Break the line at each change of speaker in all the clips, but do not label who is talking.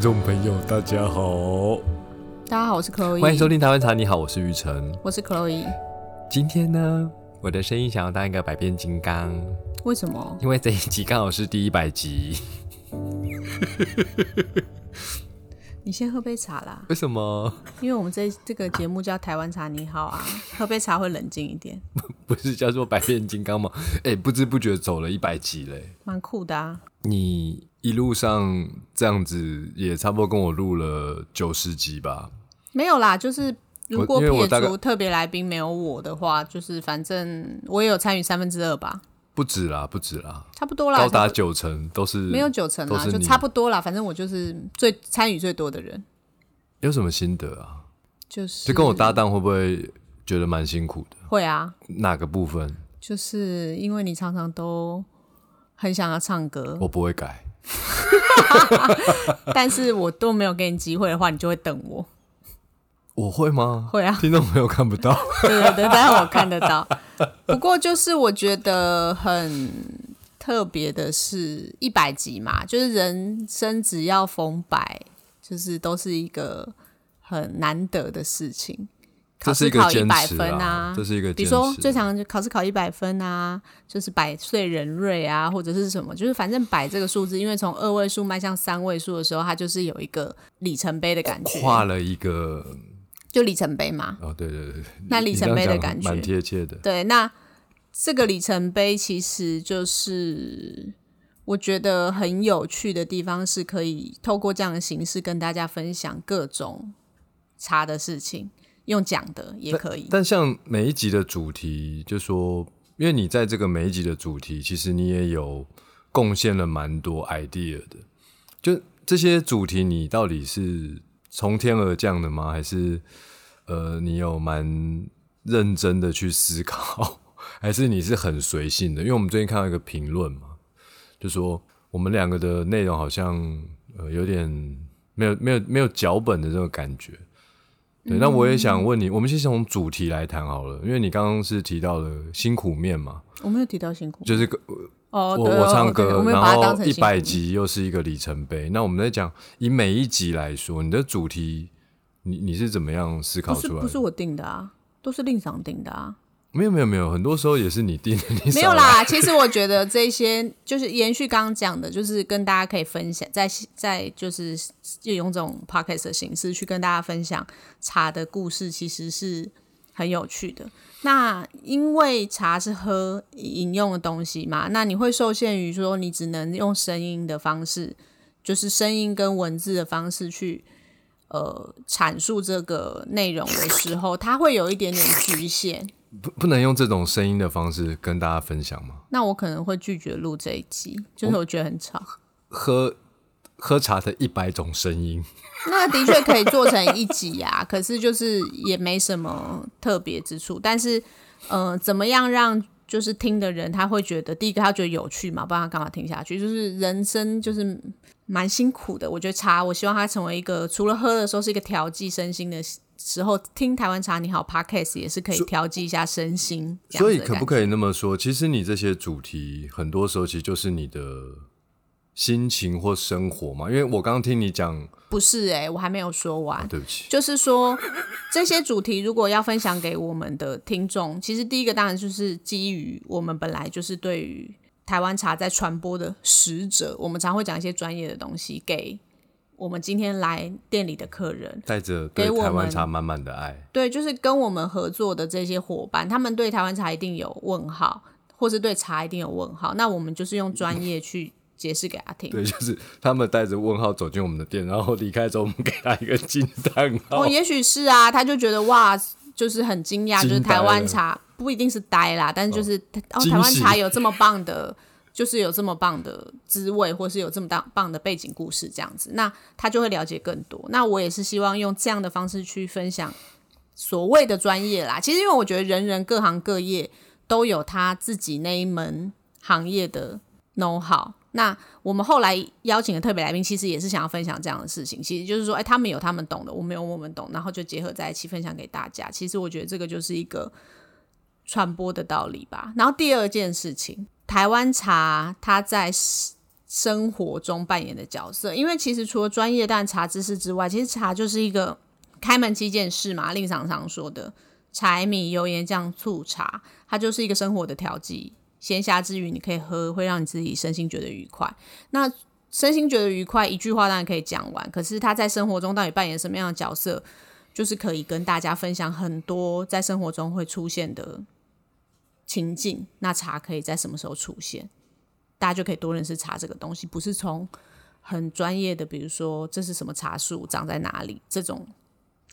众朋友，大家好，
大家好，我是 Chloe，
欢迎收听台湾茶，你好，我是玉成。
我是 Chloe。
今天呢，我的声音想要当一个百变金刚，
为什么？
因为这一集刚好是第一百集。
你先喝杯茶啦，
为什么？
因为我们这这个节目叫台湾茶你好啊，喝杯茶会冷静一点，
不是叫做百变金刚吗？哎、不知不觉走了一百集嘞。
蛮酷的啊。
你一路上这样子，也差不多跟我录了九十集吧。
没有啦，就是如果
我因为
撇
我大概
除特别来宾没有我的话，就是反正我也有参与三分之二吧，
不止啦，不止啦，
差不多啦，
高达
差
九成都是
不多没有九成
都
啦，
是
就
你
差不多啦。反正我就是最参与最多的人，
有什么心得啊？
就是
就跟我搭档会不会觉得蛮辛苦的？
会啊，
哪个部分
就是因为你常常都很想要唱歌，
我不会改？
但是我都没有给你机会的话，你就会等我。
我会吗？
会啊
听众朋友看不 到。
对对对，但是我看得到。 不过就是我觉得很特别的是，一百集嘛，就是人生只要逢百，就是都是一个很难得的事情。考
这是
试
一个
考一
坚
百
持
分啊，
这是一个
比
坚
如
持。
说最常就考试考一百分啊，就是百岁人瑞啊，或者是什么，就是反正百这个数字，因为从二位数迈向三位数的时候，它就是有一个里程碑的感觉，
画了一个
就里程碑嘛。
哦，对对对，
那
你
里程碑的
你这样讲
感觉
蛮贴切的。
对，那这个里程碑其实就是我觉得很有趣的地方，是可以透过这样的形式跟大家分享各种茶的事情，用讲的也可以。
但像每一集的主题，就说，因为你在这个每一集的主题，其实你也有贡献了蛮多 idea 的。就这些主题，你到底是从天而降的吗？还是呃，你有蛮认真的去思考， 还是你是很随性的？因为我们最近看到一个评论嘛，就说我们两个的内容好像呃有点没有没有没有脚本的这种感觉。对，那我也
嗯
想问你，我们先从主题来谈好了，因为你刚刚是提到了辛苦面嘛，
我没有提到辛苦
就是个
哦，
我、
对
我
哦
唱
对对
歌
我，没有
然
把它当
后
成
一
辛
百
苦
集又是一个里程碑。那我们在讲以每一集来说，你的主题，你你是怎么样思考
不是
出来
不是
的？
我定的啊，都是令赏定的啊。
没有没有没有，很多时候也是你定的，你
没有
少来。
啦，其实我觉得这些就是延续刚刚讲的，就是跟大家可以分享，在在就是用这种 podcast 的形式去跟大家分享茶的故事，其实是很有趣的。那因为茶是喝饮用的东西嘛，那你会受限于说你只能用声音的方式，就是声音跟文字的方式去。呃，阐述这个内容的时候，它会有一点点局限。
不不能用这种声音的方式跟大家分享吗？
那我可能会拒绝录这一集，
哦
就是我觉得很吵。
喝喝茶的一百种声音，
那的确可以做成一集啊， 可是就是也没什么特别之处。但是，呃，怎么样让就是听的人他会觉得，第一个他觉得有趣嘛，不然他干嘛听下去？就是人生就是蛮辛苦的，我觉得茶，我希望它成为一个除了喝的时候是一个调剂身心的时候，听台湾茶你好 podcast 也是可以调剂一下身心。这样
所以
子的
可不
感
可以那么说？其实你这些主题，很多时候其实就是你的心情或生活嘛。因为我刚刚听你讲，
觉？不是诶、我还没有说完。
对不起，
就是说，这些主题如果要分享给我们的听众，其实第一个当然就是基于我们本来就是对于台湾茶在传播的使者，我们常会讲一些专业的东西给我们今天来店里的客人。
带着
给
对
我
台湾
们
茶满满的爱。
对，就是跟我们合作的这些伙伴，他们对台湾茶一定有问号，或是对茶一定有问号。那我们就是用专业去解释给他听。
对，就是他们带着问号走进我们的店，然后离开之后，我们给他一个惊叹号。
哦，也许是啊，他就觉得哇，就是很惊讶，就是
惊呆
台湾
了
茶不一定是呆啦，但是就是哦
惊
台湾
喜
茶有这么棒的， 就是有这么棒的滋味，或是有这么大棒的背景故事这样子，那他就会了解更多。那我也是希望用这样的方式去分享所谓的专业啦。其实因为我觉得人人各行各业都有他自己那一门行业的 know how。那我们后来邀请的特别来宾，其实也是想要分享这样的事情，其实就是说，哎、他们有他们懂的，我们有我们懂，然后就结合在一起分享给大家。其实我觉得这个就是一个传播的道理吧。然后第二件事情，台湾茶它在生活中扮演的角色。因为其实除了专业但茶知识之外，其实茶就是一个开门七件事嘛，令常常说的柴米油盐酱醋茶，它就是一个生活的调剂。闲暇之余，你可以喝，会让你自己身心觉得愉快。那身心觉得愉快，一句话当然可以讲完，可是他在生活中到底扮演什么样的角色，就是可以跟大家分享很多在生活中会出现的情境。那茶可以在什么时候出现，大家就可以多认识茶这个东西，不是从很专业的，比如说这是什么茶树，长在哪里这种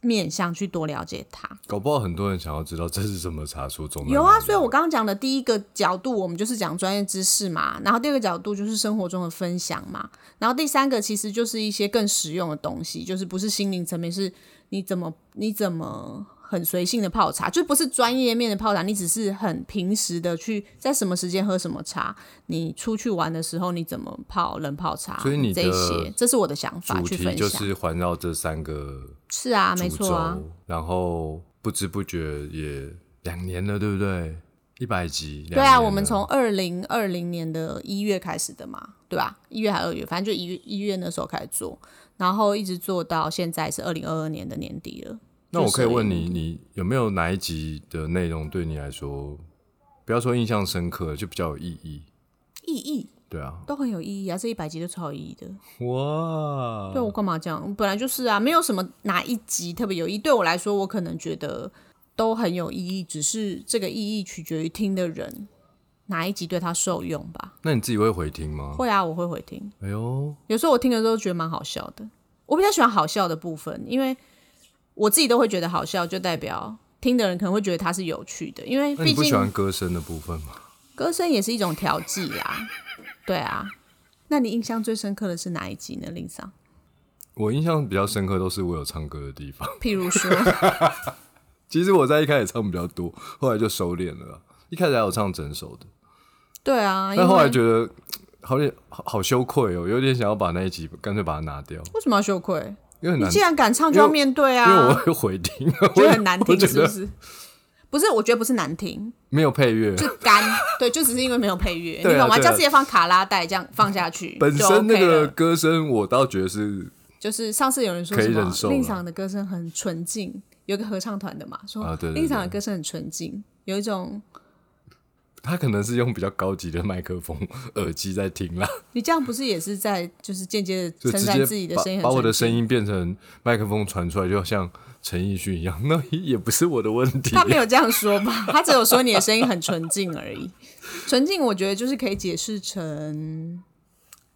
面向去多了解它。
搞不好很多人想要知道这是什么茶树种。
有啊，所以我刚刚讲的第一个角度，我们就是讲专业知识嘛，然后第二个角度就是生活中的分享嘛，然后第三个其实就是一些更实用的东西，就是不是心灵层面，是你怎么你怎么很随性的泡茶，就不是专业面的泡茶，你只是很平时的去在什么时间喝什么茶，你出去玩的时候你怎么泡冷泡茶，
所以你的
这一些，这是我的想法
主
去
题
分
就
享，
是环绕这三个
是啊，没
主
错啊
轴，，然后不知不觉也两年了，对不对？一百集，
对啊，
两年
我们
了
从二零二零年的一月开始的嘛，对吧？一月还二月，反正就一月一月那时候开始做，然后一直做到现在是二零二二年的年底了。
那我
就是
可以问你，你有没有哪一集的内容对你来说，不要说印象深刻，就比较有意义？
意义
对啊，
都很有意义啊，这一百集都超有意义的。
哇
对，我干嘛这样？本来就是啊，没有什么哪一集特别有意义。对我来说，我可能觉得都很有意义，只是这个意义取决于听的人哪一集对他受用吧。
那你自己会回听吗？
会啊，我会回听。
哎呦，
有时候我听的时候觉得蛮好笑的。我比较喜欢好笑的部分，因为我自己都会觉得好笑，就代表听的人可能会觉得它是有趣的，因为
那
毕
你不喜欢
竟
歌声的部分吗？
歌声也是一种调剂啦。对啊，那你印象最深刻的是哪一集呢？林桑，
我印象比较深刻都是我有唱歌的地方。
譬如说，
其实我在一开始唱比较多，后来就收敛了啦。一开始还有唱整首的，
对啊，因
但后来
为
觉得好点好好羞愧哦，有点想要把那一集干脆把它拿掉，
为什么要羞愧？
因为很
你
难，
既
因
然敢唱，就要
因为
面对
为我
啊，
会回听，
就很难
我
听，
觉
是不
得
是？不是，我觉得不是难听，
没有配乐，啊
是干。对，就只是因为没有配乐，
对啊
你懂吗？
对啊
叫自己放卡拉带，这样放下去，
本
就
身那
OK
个
了
歌声我倒觉得是
就是上次有人说
可以
什么
忍受
令
了
场的歌声很纯净，有一个合唱团的嘛，说、
啊对对
令场的
对
歌声很纯净，有一种
他可能是用比较高级的麦克风耳机在听啦，
你这样不是也是在就是间接
就
的称
直
赞自己
接
的
把
声音很
把我的
纯
声
净。
音变成麦克风传出来，就像陈奕迅一样，那也不是我的问题
他。没有这样说吧？他只有说你的声音很纯净而已。纯净，我觉得就是可以解释成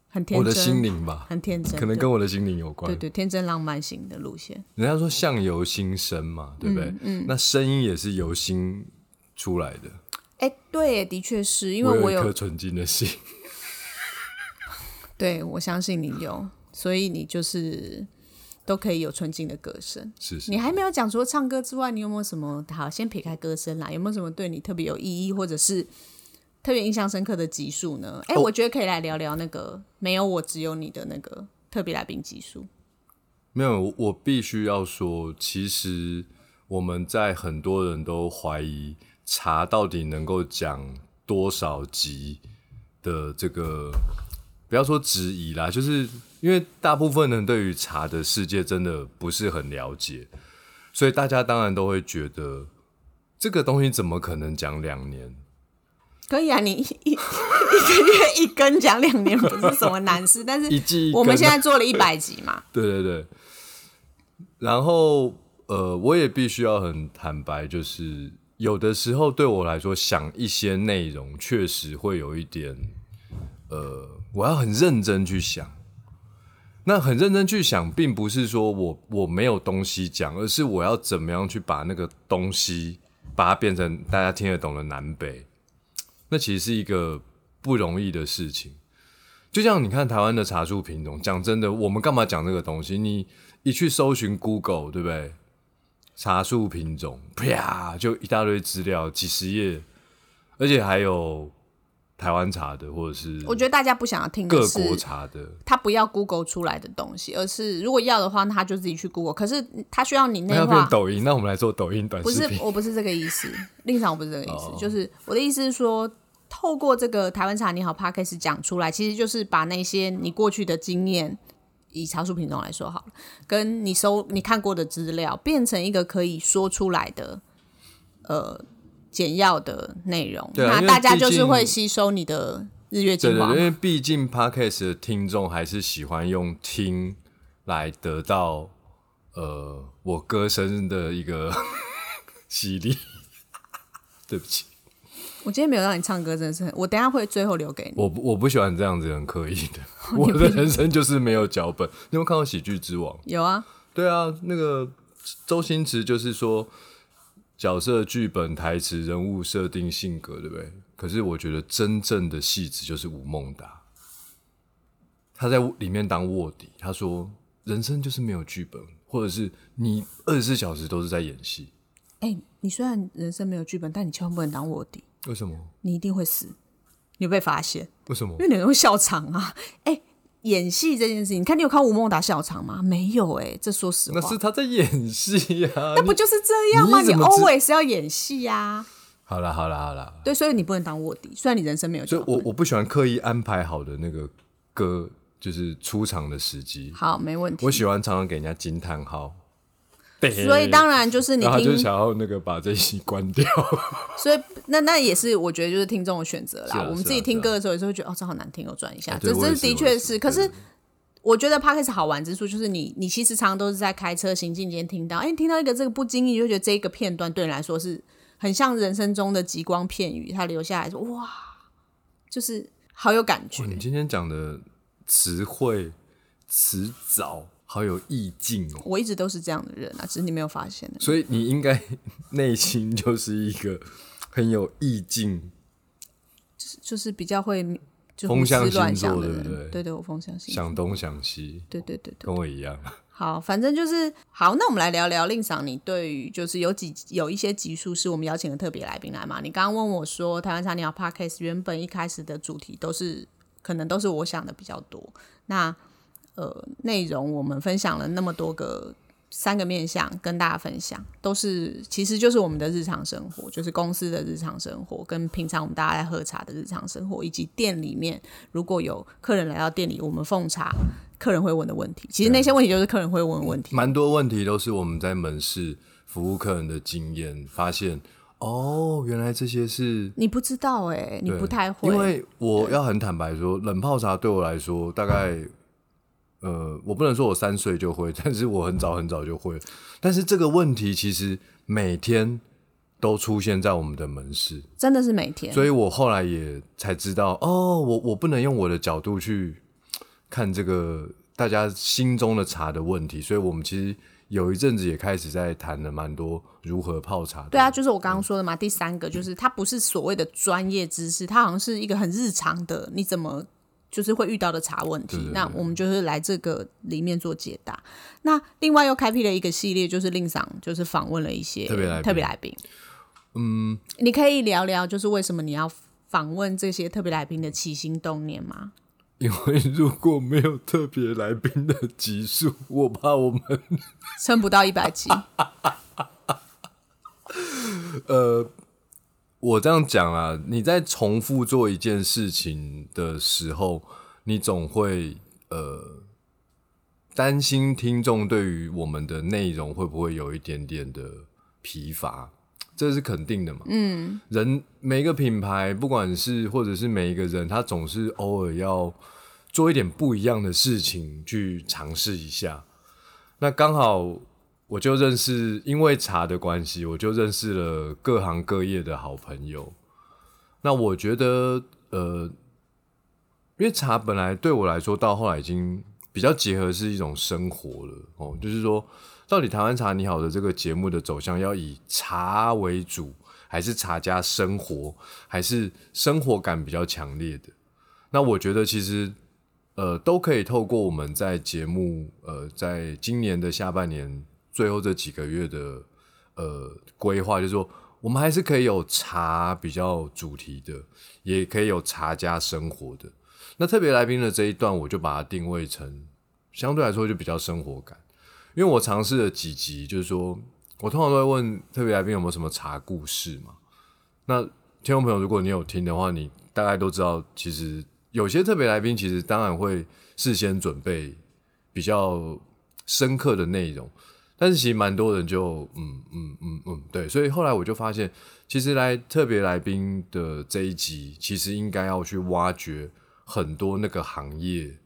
很天真，
我的心灵吧，
很天真，
可能
对
跟我的心灵有关
对。对天真浪漫型的路线。
人家说相由心生嘛，对不对？
嗯
那声音也是由心出来的。
哎，对，的确是因为
我
我
有一颗
有，
纯净的心，
对我相信你有，所以你就是都可以有纯净的歌声。
是是
你。还没有讲除了唱歌之外，你有没有什么好？先撇开歌声啦，有没有什么对你特别有意义，或者是特别印象深刻的集数呢？哎、
哦
我觉得可以来聊聊那个没有我只有你的那个特别来宾集数。
没有，我我必须要说，其实我们在很多人都怀疑茶到底能够讲多少集的这个，不要说质疑啦，就是因为大部分人对于茶的世界真的不是很了解，所以大家当然都会觉得这个东西怎么可能讲两年？
可以啊，你一一一个月一根讲两年不是什么难事，但是
一季一
我们
根
现
啊
在做了一百集嘛，
对对对，然后呃，我也必须要很坦白，就是有的时候对我来说，想一些内容确实会有一点，呃，我要很认真去想。那很认真去想，并不是说我我没有东西讲，而是我要怎么样去把那个东西，把它变成大家听得懂的南北。那其实是一个不容易的事情。就像你看台湾的茶树品种，讲真的，我们干嘛讲这个东西？你一去搜寻 Google，对不对？茶树品种，啪，就一大堆资料，几十页，而且还有台湾茶的，或者是
我觉得大家不想要听的
各
是
国茶的，
他不要 Google 出来的东西，而是如果要的话，那他就自己去 Google。可是他需要你
那要
内
变
化，
抖音，那我们来做抖音短
不
视
是
频。哦
我不是这个意思，令长我不是这个意思，就是我的意思是说，透过这个台湾茶你好 podcast 讲出来，其实就是把那些你过去的经验，以茶树品种来说好了，跟你搜你看过的资料，变成一个可以说出来的，呃，简要的内容。
对啊因
那
为
大家
毕
就是
竟
会吸收你的日月
对
精
对
华嘛。
对，因为毕竟 podcast 的听众还是喜欢用听来得到呃我歌声的一个 洗礼。对不起，
我今天没有让你唱歌，真的是很，我等一下会最后留给你。
我不我不喜欢这样子很刻意 的，我的人生就是没有脚本。你有没有看过《喜剧之王》？
有啊，
对啊，那个周星驰就是说角色、剧本、台词、人物设定、性格，对不对？可是我觉得真正的戏子就是吴孟达，他在里面当卧底。他说：“人生就是没有剧本，或者是你二十四小时都是在演戏，
哎、你虽然人生没有剧本，但你千万不能当卧底，
为什么？
你一定会死，你会被发现，
为什么
因？为你会笑场啊。哎、演戏这件事情，你看你有看吴孟达笑场吗？没有哎、这说实话，
那是他在演戏啊呀、
那不就是这样吗？
你
你
怎么知
always 要演戏呀、啊。
好啦，好啦，好啦。
对，所以你不能当卧底，虽然你人生没有剧
所以我
本。
我不喜欢刻意安排好的那个歌，就是出场的时机。
好，没问题
我。喜欢常常给人家惊叹号，
所以当然就是你
然后就
听，
想要那个把这一期关掉。
所以那那也是我觉得就是听众的选择啦。
是啊
我们
是
自己
啊
听
是啊
歌的时候，有时候会觉得哦，这好难听，我转一下。
啊对
这
我
这
也是
的
我
确
也是
是，可
对
是我觉得 podcast 好玩之处就是你，你其实常常都是在开车行进间听到，哎、听到一个这个不经意就觉得这一个片段对你来说是很像人生中的极光片语，它留下来说哇，就是好有感觉
哇。你今天讲的词汇、词藻好有意境哦，
我一直都是这样的人啊，只是你没有发现而已
所以你应该内心就是一个很有意境、
就是比较会就
风
胡思
象
乱
星
想
座
的
对
人
不。对
对对，我风象星座。
想东想西，
对对对对。
跟我一样。
好，反正就是好。那我们来聊聊令赏，你对于就是有几有一些集数是我们邀请的特别来宾来嘛？你刚刚问我说，台湾茶鸟 podcast 原本一开始的主题都是可能都是我想的比较多。那呃，内容我们分享了那么多个三个面向跟大家分享，都是其实就是我们的日常生活，就是公司的日常生活，跟平常我们大家在喝茶的日常生活，以及店里面如果有客人来到店里，我们奉茶客人会问的问题，其实那些问题就是客人会问的问题。
蛮多问题都是我们在门市服务客人的经验发现，哦，原来这些是
你不知道哎、你
对
不太会，
因为我要很坦白说，冷泡茶对我来说，大概呃，我不能说我三岁就会， 但是我很早很早就会。但是这个问题其实每天都出现在我们的门市，
真的是每天。
所以我后来也才知道，哦，我我不能用我的角度去看这个大家心中的茶的问题，所以我们其实有一阵子也开始在谈了蛮多如何泡茶的。
对啊，就是我刚刚说的嘛。第三个就是它不是所谓的专业知识，它好像是一个很日常的，你怎么就是会遇到的茶问题。那我们就是来这个里面做解答。那另外又开辟了一个系列，就是令赏就是访问了一些
特别来宾
特别来宾。嗯，你可以聊聊就是为什么你要访问这些特别来宾的起心动念吗？
因为如果没有特别来宾的集数，我怕我们
撑不到一百 集，
呃，我这样讲啊，你在重复做一件事情的时候，你总会呃担心听众对于我们的内容会不会有一点点的疲乏，这是肯定的嘛。嗯，人每一个品牌，不管是或者是每一个人，他总是偶尔要做一点不一样的事情去尝试一下。那刚好我就认识，因为茶的关系，我就认识了各行各业的好朋友。那我觉得，呃，因为茶本来对我来说，到后来已经比较结合是一种生活了哦，就是说，到底台湾茶你好的这个节目的走向，要以茶为主，还是茶加生活，还是生活感比较强烈的？那我觉得其实呃，都可以透过我们在节目呃，在今年的下半年最后这几个月的呃规划，就是说我们还是可以有茶比较主题的，也可以有茶加生活的。那特别来宾的这一段，我就把它定位成相对来说就比较生活感，因为我尝试了几集，就是说我通常都会问特别来宾有没有什么茶故事嘛。那听众朋友，如果你有听的话，你大概都知道，其实有些特别来宾其实当然会事先准备比较深刻的内容，但是其实蛮多人就嗯嗯嗯嗯，对，所以后来我就发现，其实来特别来宾的这一集，其实应该要去挖掘很多那个行业，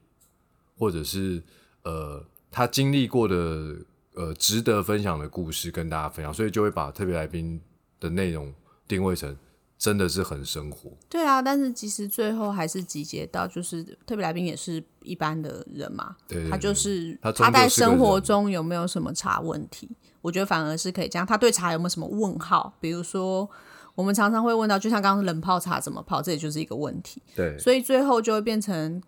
或者是呃他经历过的呃值得分享的故事跟大家分享，所以就会把特别来宾的内容定位成真的是很生活，
对啊，但是其实最后还是集结到，就是特别来宾也是一般的人嘛，
对对对
他就是
他终究
他在
是个人
生活中有没有什么茶问题，我觉得反而是可以这样，他对茶有没有什么问号？比如说，我们常常会问到，就像刚刚冷泡茶怎么泡，这也就是一个问题，
对
所以最后就会变成，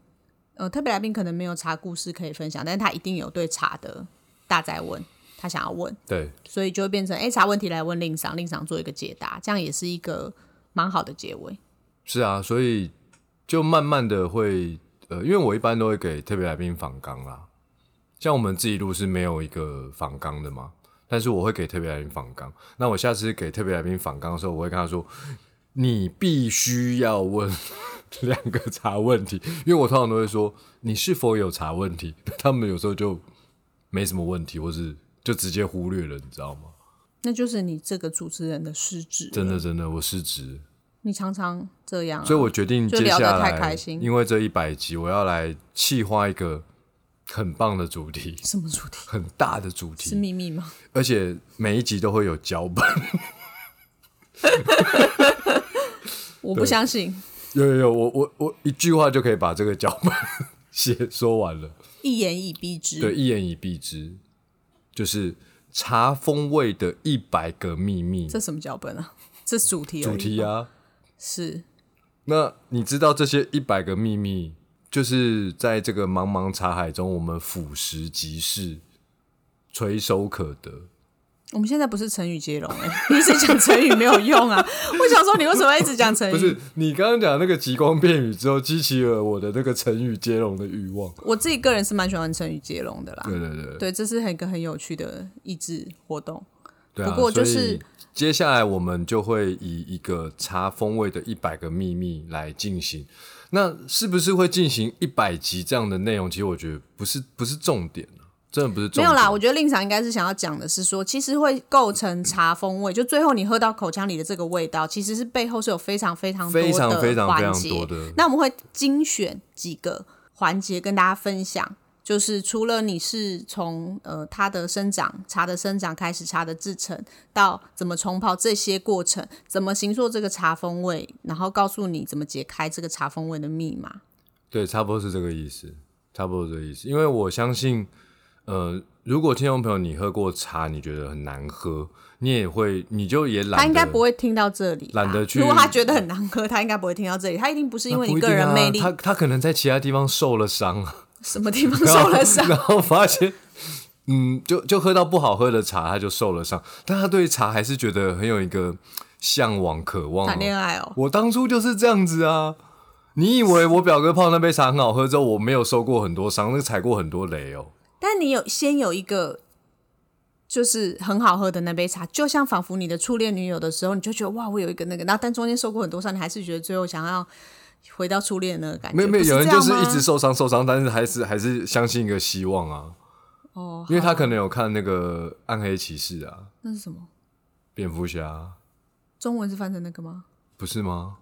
呃，特别来宾可能没有茶故事可以分享，但是他一定有对茶的大在问，他想要问，
对
所以就会变成，哎、茶问题来问令赏，令赏做一个解答，这样也是一个蛮好的结尾。
是啊，所以就慢慢的会呃，因为我一般都会给特别来宾访纲啦，像我们自己录是没有一个访纲的嘛，但是我会给特别来宾访纲。那我下次给特别来宾访纲的时候，我会跟他说，你必须要问 两个茶问题，因为我通常都会说你是否有茶问题， 他们有时候就没什么问题，或是就直接忽略了，你知道吗？
那就是你这个主持人的失职。
真的真的，我失职。
你常常这样啊、
所以我决定接下
就聊得
来，
太开心
因为这一百集，我要来企划一个很棒的主题，
什么主题？
很大的主
是
题，
秘密吗？
而且每一集都会有脚本。
我不相信，
有有有，我我我一句话就可以把这个脚本 写说完了，
一言以蔽之。
对，，一言以蔽之，就是茶风味的一百个秘密
这什么脚本啊？这是主题而已
主题啊。
是
那你知道这些一百个秘密，就是在这个茫茫茶海中，我们俯拾即是，垂手可得。
我们现在不是成语接龙哎、 你一直讲成语没有用啊！我想说你为什么要一直讲成
不
语
是？你刚刚讲那个极光变雨之后，激起了我的那个成语接龙的欲望。
我自己个人是蛮喜欢成语接龙的啦。
对对对，
对，这是很一个很有趣的益智活动。
对啊。
不过就是
所以接下来我们就会以一个茶风味的一百个秘密来进行。那是不是会进行一百集这样的内容？其实我觉得不是不是重点啊真的不是重点。
没有啦，我觉得令赏应该是想要讲的是说，其实会构成茶风味，就最后你喝到口腔里的这个味道，其实是背后是有非常非常多的
非常非常非常
环节
多的
那我们会精选几个环节跟大家分享。就是除了你是从呃它的生长、茶的生长开始，茶的制成到怎么冲泡这些过程，怎么行做这个茶风味，然后告诉你怎么解开这个茶风味的密码。
对，差不多是这个意思，差不多这个意思。因为我相信，呃，如果听众朋友你喝过茶，你觉得很难喝，你也会，你就也懒得。
他应该不会听到这里啦，
懒得去
如果他觉得很难喝，他应该不会听到这里。他一定不是因为你个人魅
那不一
力，
定啊他他可能在其他地方受了 伤啊，，
什么地方受了伤
然后发现，嗯，就就喝到不好喝的茶，他就受了伤。但他对茶还是觉得很有一个向往、渴望、
谈恋
爱。
爱哦。
我当初就是这样子啊！你以为我表哥泡那杯茶很好喝之后，我没有受过很多伤，那个踩过很多雷哦。
但你有先有一个就是很好喝的那杯茶，就像仿佛你的初恋女友的时候，你就觉得哇，我有一个那个，然后但中间受过很多伤，你还是觉得最后想要回到初恋的那个感觉。
没有没有，
不
有人
这
就
样
是
吗
一直受伤受伤，但是还是还是相信一个希望啊，
哦，
因为他可能有看那个《暗黑骑士》啊，
那是什么？
蝙蝠侠啊
中文是翻成那个吗？
不是吗？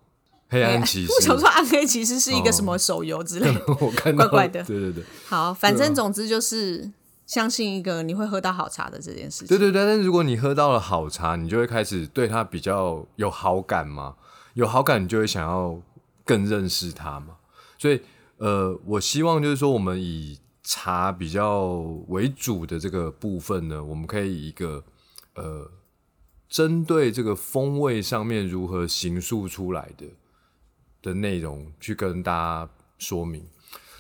黑暗骑士，
我想说暗黑其实是一个什么手游 之类的。
我看到
怪怪的
对对对，
好，反正总之就是相信一个你会喝到好茶的这件事情。
对对对。但是如果你喝到了好茶，你就会开始对他比较有好感嘛，有好感你就会想要更认识他嘛。所以呃，我希望就是说，我们以茶比较为主的这个部分呢，我们可以以一个呃，针对这个风味上面如何形塑出来的的内容去跟大家说明。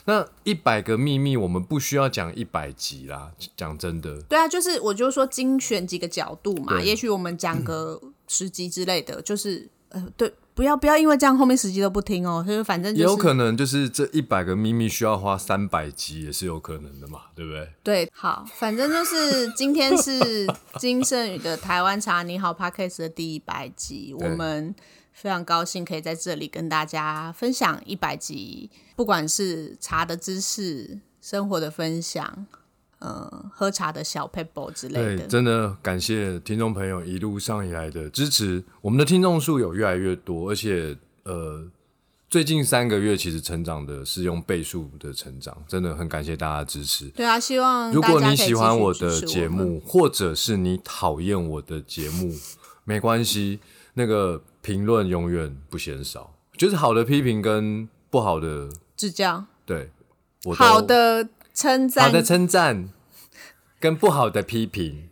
那一百个秘密，我们不需要讲一百集啦，讲真的，
对啊，就是我就说精选几个角度嘛，
对嗯
也许我们讲个十集之类的，就是呃，对，不要不要因为这样后面十集都不听哦，就是反正
也
就
有
是
可能就是这一百个秘密需要花三百集，也是有可能的嘛，对不对？
对，好，反正就是今天是金圣宇的《台湾茶你好》Podcast 的第一百集，我
对
们非常高兴可以在这里跟大家分享一百集，不管是茶的知识、生活的分享，呃，喝茶的小 paper 之类
对，
的。
真的感谢听众朋友一路上以来的支持，我们的听众数有越来越多，而且呃，最近三个月其实成长的是用倍数的成长，真的很感谢大家的支持。
对啊，希望
如
大家
果
可以
你
继续
喜欢我
支
的
持
节
我们，
目，或者是你讨厌我的节目，没关系，那个评论永远不嫌少，就是好的批评跟不好的，
指教
对，我都
好的称
好
赞，
的称赞跟不好的批评，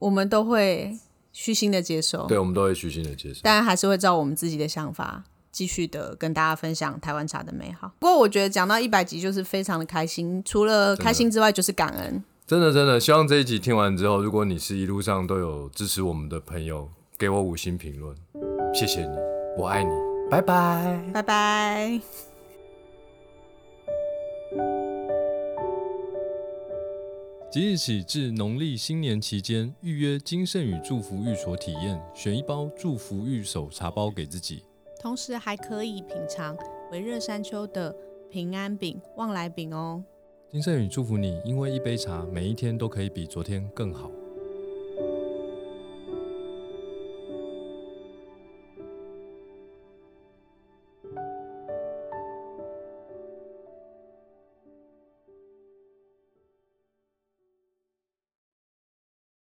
我们都会虚心的接收。
对我们都会虚心的接受。
当然还是会照我们自己的想法，继续的跟大家分享台湾茶的美好。不过我觉得讲到一百集就是非常的开心，除了开心之外就是感恩。
真的真的，希望这一集听完之后，如果你是一路上都有支持我们的朋友，给我五星评论，谢谢你，我爱你，拜拜。
拜拜。
即日起至农历新年期间，预约金盛宇祝福玉所体验，选一包祝福玉手茶包给自己。
同时还可以品尝维热山丘的平安饼、旺来饼哦。
金盛宇祝福你，因为一杯茶，每一天都可以比昨天更好。